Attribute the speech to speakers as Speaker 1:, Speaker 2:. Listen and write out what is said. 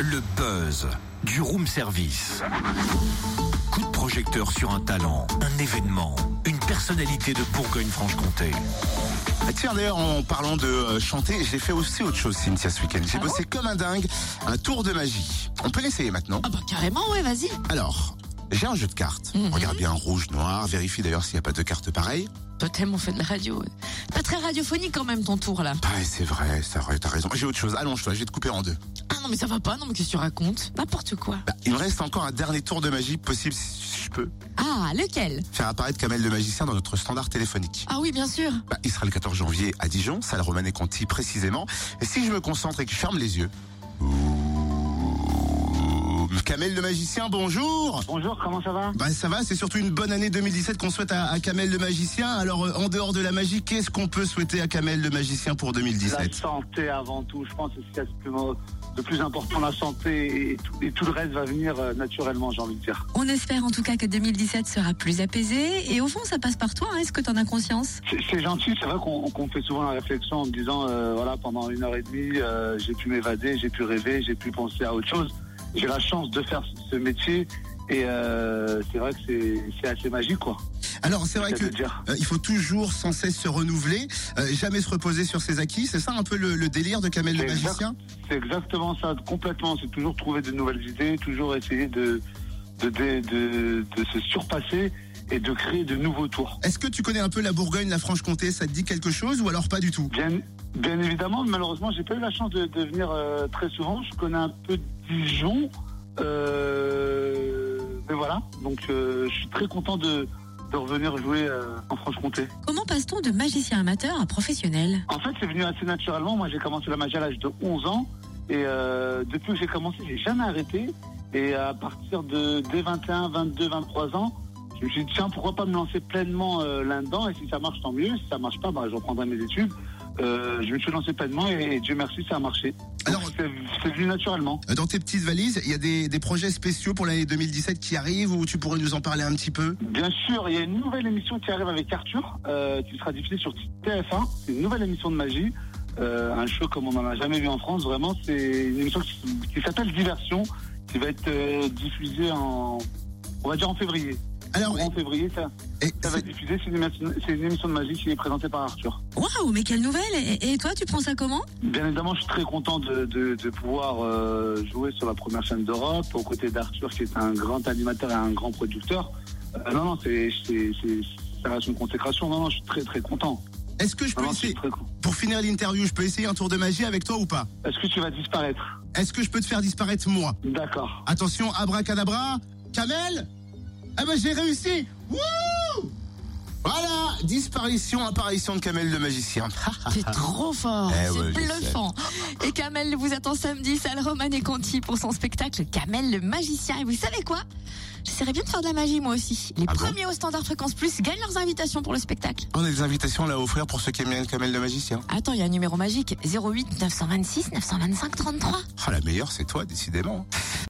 Speaker 1: Le buzz du room service. Coup de projecteur sur un talent, un événement, une personnalité de Bourgogne-Franche-Comté.
Speaker 2: Ah, Tiens, d'ailleurs, en parlant de euh, chanter, j'ai fait aussi autre chose, Cynthia, ce week-end. J'ai bossé comme un dingue, un tour de magie. On peut l'essayer maintenant.
Speaker 3: Ah bah carrément, ouais, vas-y.
Speaker 2: Alors, j'ai un jeu de cartes. Regarde bien rouge, noir, vérifie d'ailleurs s'il n'y a pas de cartes pareilles.
Speaker 3: Toi, tellement fait de la radio. ouais. Pas très radiophonique quand même ton tour là.
Speaker 2: Ah, c'est vrai, ça, t'as raison. J'ai autre chose. Allonge-toi, je vais te couper en deux.
Speaker 3: Ah non mais ça va pas, non mais qu'est-ce que tu racontes N'importe quoi.
Speaker 2: Bah, il me reste encore un dernier tour de magie possible si je peux
Speaker 3: Ah, lequel
Speaker 2: faire apparaître Kamel le magicien dans notre standard téléphonique.
Speaker 3: Ah oui, bien sûr.
Speaker 2: Bah, il sera le 14 janvier à Dijon, salle Romanet Conti précisément. Et si je me concentre et que je ferme les yeux. Ouh, Kamel le magicien, bonjour
Speaker 4: Bonjour, comment ça va
Speaker 2: Bah ça va, c'est surtout une bonne année 2017 qu'on souhaite à, à Kamel le magicien. Alors euh, en dehors de la magie, qu'est-ce qu'on peut souhaiter à Kamel le magicien pour
Speaker 4: La
Speaker 2: 2017
Speaker 4: santé avant tout, je pense que c'est ce qu'il y a de plus- de plus important, la santé et tout, et tout le reste va venir euh, naturellement, j'ai envie de dire.
Speaker 5: On espère en tout cas que 2017 sera plus apaisé. Et au fond, ça passe par toi. hein. Est-ce que t'en as conscience
Speaker 4: C'est- C'est gentil, c'est vrai qu'on qu'on fait souvent la réflexion en me disant, euh, voilà, pendant une heure et demie, euh, j'ai pu m'évader, j'ai pu rêver, j'ai pu penser à autre chose. J'ai la chance de faire ce- ce métier et euh, c'est vrai que c'est- c'est assez magique, quoi.
Speaker 2: Alors c'est vrai
Speaker 4: C'est
Speaker 2: que
Speaker 4: de dire.
Speaker 2: euh, il faut toujours sans cesse se renouveler, euh, jamais se reposer sur ses acquis. C'est ça un peu le, le délire de Kamel le
Speaker 4: Exact.
Speaker 2: magicien
Speaker 4: C'est exactement ça, complètement. C'est toujours trouver de nouvelles idées, toujours essayer de, de, de, de, de se surpasser et de créer de nouveaux tours.
Speaker 2: Est-ce que tu connais un peu la Bourgogne, la Franche-Comté Ça te dit quelque chose ou alors pas du tout
Speaker 4: Bien, bien évidemment, malheureusement, j'ai pas eu la chance de, de venir euh, très souvent. Je connais un peu Dijon, euh, mais voilà. Donc, euh, je suis très content de, de revenir jouer euh, en Franche-Comté.
Speaker 5: Comment passe-t-on de magicien amateur à professionnel
Speaker 4: En fait, c'est venu assez naturellement. Moi, j'ai commencé la magie à l'âge de 11 ans, et euh, depuis que j'ai commencé, j'ai jamais arrêté. Et à partir de dès 21, 22, 23 ans, je me suis dit tiens, pourquoi pas me lancer pleinement euh, là-dedans Et si ça marche, tant mieux. Si ça marche pas, bah, je reprendrai mes études. Euh, je me suis lancé pleinement et, et Dieu merci, ça a marché.
Speaker 2: Alors,
Speaker 4: Donc, C'est c'est venu naturellement.
Speaker 2: Dans tes petites valises, il y a des, des projets spéciaux pour l'année 2017 qui arrivent ou tu pourrais nous en parler un petit peu
Speaker 4: Bien sûr, il y a une nouvelle émission qui arrive avec Arthur, euh, qui sera diffusée sur TF1. C'est une nouvelle émission de magie, euh, un show comme on n'en a jamais vu en France. Vraiment, c'est une émission qui, qui s'appelle Diversion, qui va être euh, diffusée en, on va dire en février.
Speaker 2: Alors, eh,
Speaker 4: En février, ça,
Speaker 2: et- et-
Speaker 4: ça va être diffusé. C'est une, émission- c'est une émission de magie qui est présentée par Arthur.
Speaker 5: Waouh, mais quelle nouvelle et, et toi, tu prends ça comment
Speaker 4: Bien évidemment, je suis très content de, de, de pouvoir euh, jouer sur la première chaîne d'Europe, aux côtés d'Arthur, qui est un grand animateur et un grand producteur. Euh, non, non, c'est, c'est, c'est, ça reste une consécration. Non, non, je suis très, très content.
Speaker 2: est-ce que je
Speaker 4: Non,
Speaker 2: peux
Speaker 4: non, je suis
Speaker 2: essayer,
Speaker 4: très content.
Speaker 2: pour finir l'interview, je peux essayer un tour de magie avec toi ou pas
Speaker 4: Est-ce que tu vas disparaître
Speaker 2: Est-ce que je peux te faire disparaître moi
Speaker 4: D'accord.
Speaker 2: Attention, abracadabra, Kamel Ah ben j'ai réussi Wouh Voilà, disparition, apparition de Kamel le magicien.
Speaker 3: T'es trop fort,
Speaker 2: Eh
Speaker 3: c'est
Speaker 2: ouais, je sais.
Speaker 3: bluffant. Et Kamel vous attend samedi, salle Romane et Conti pour son spectacle Kamel le magicien. Et vous savez quoi J'essaierai bien de faire de la magie moi aussi. Les
Speaker 2: Ah bon
Speaker 3: premiers au standard fréquence plus gagnent leurs invitations pour le spectacle.
Speaker 2: On a des invitations là à offrir pour ceux qui aiment bien Kamel le magicien.
Speaker 3: Attends, il y a un numéro magique 08 926 925 33.
Speaker 2: Ah la meilleure c'est toi, décidément.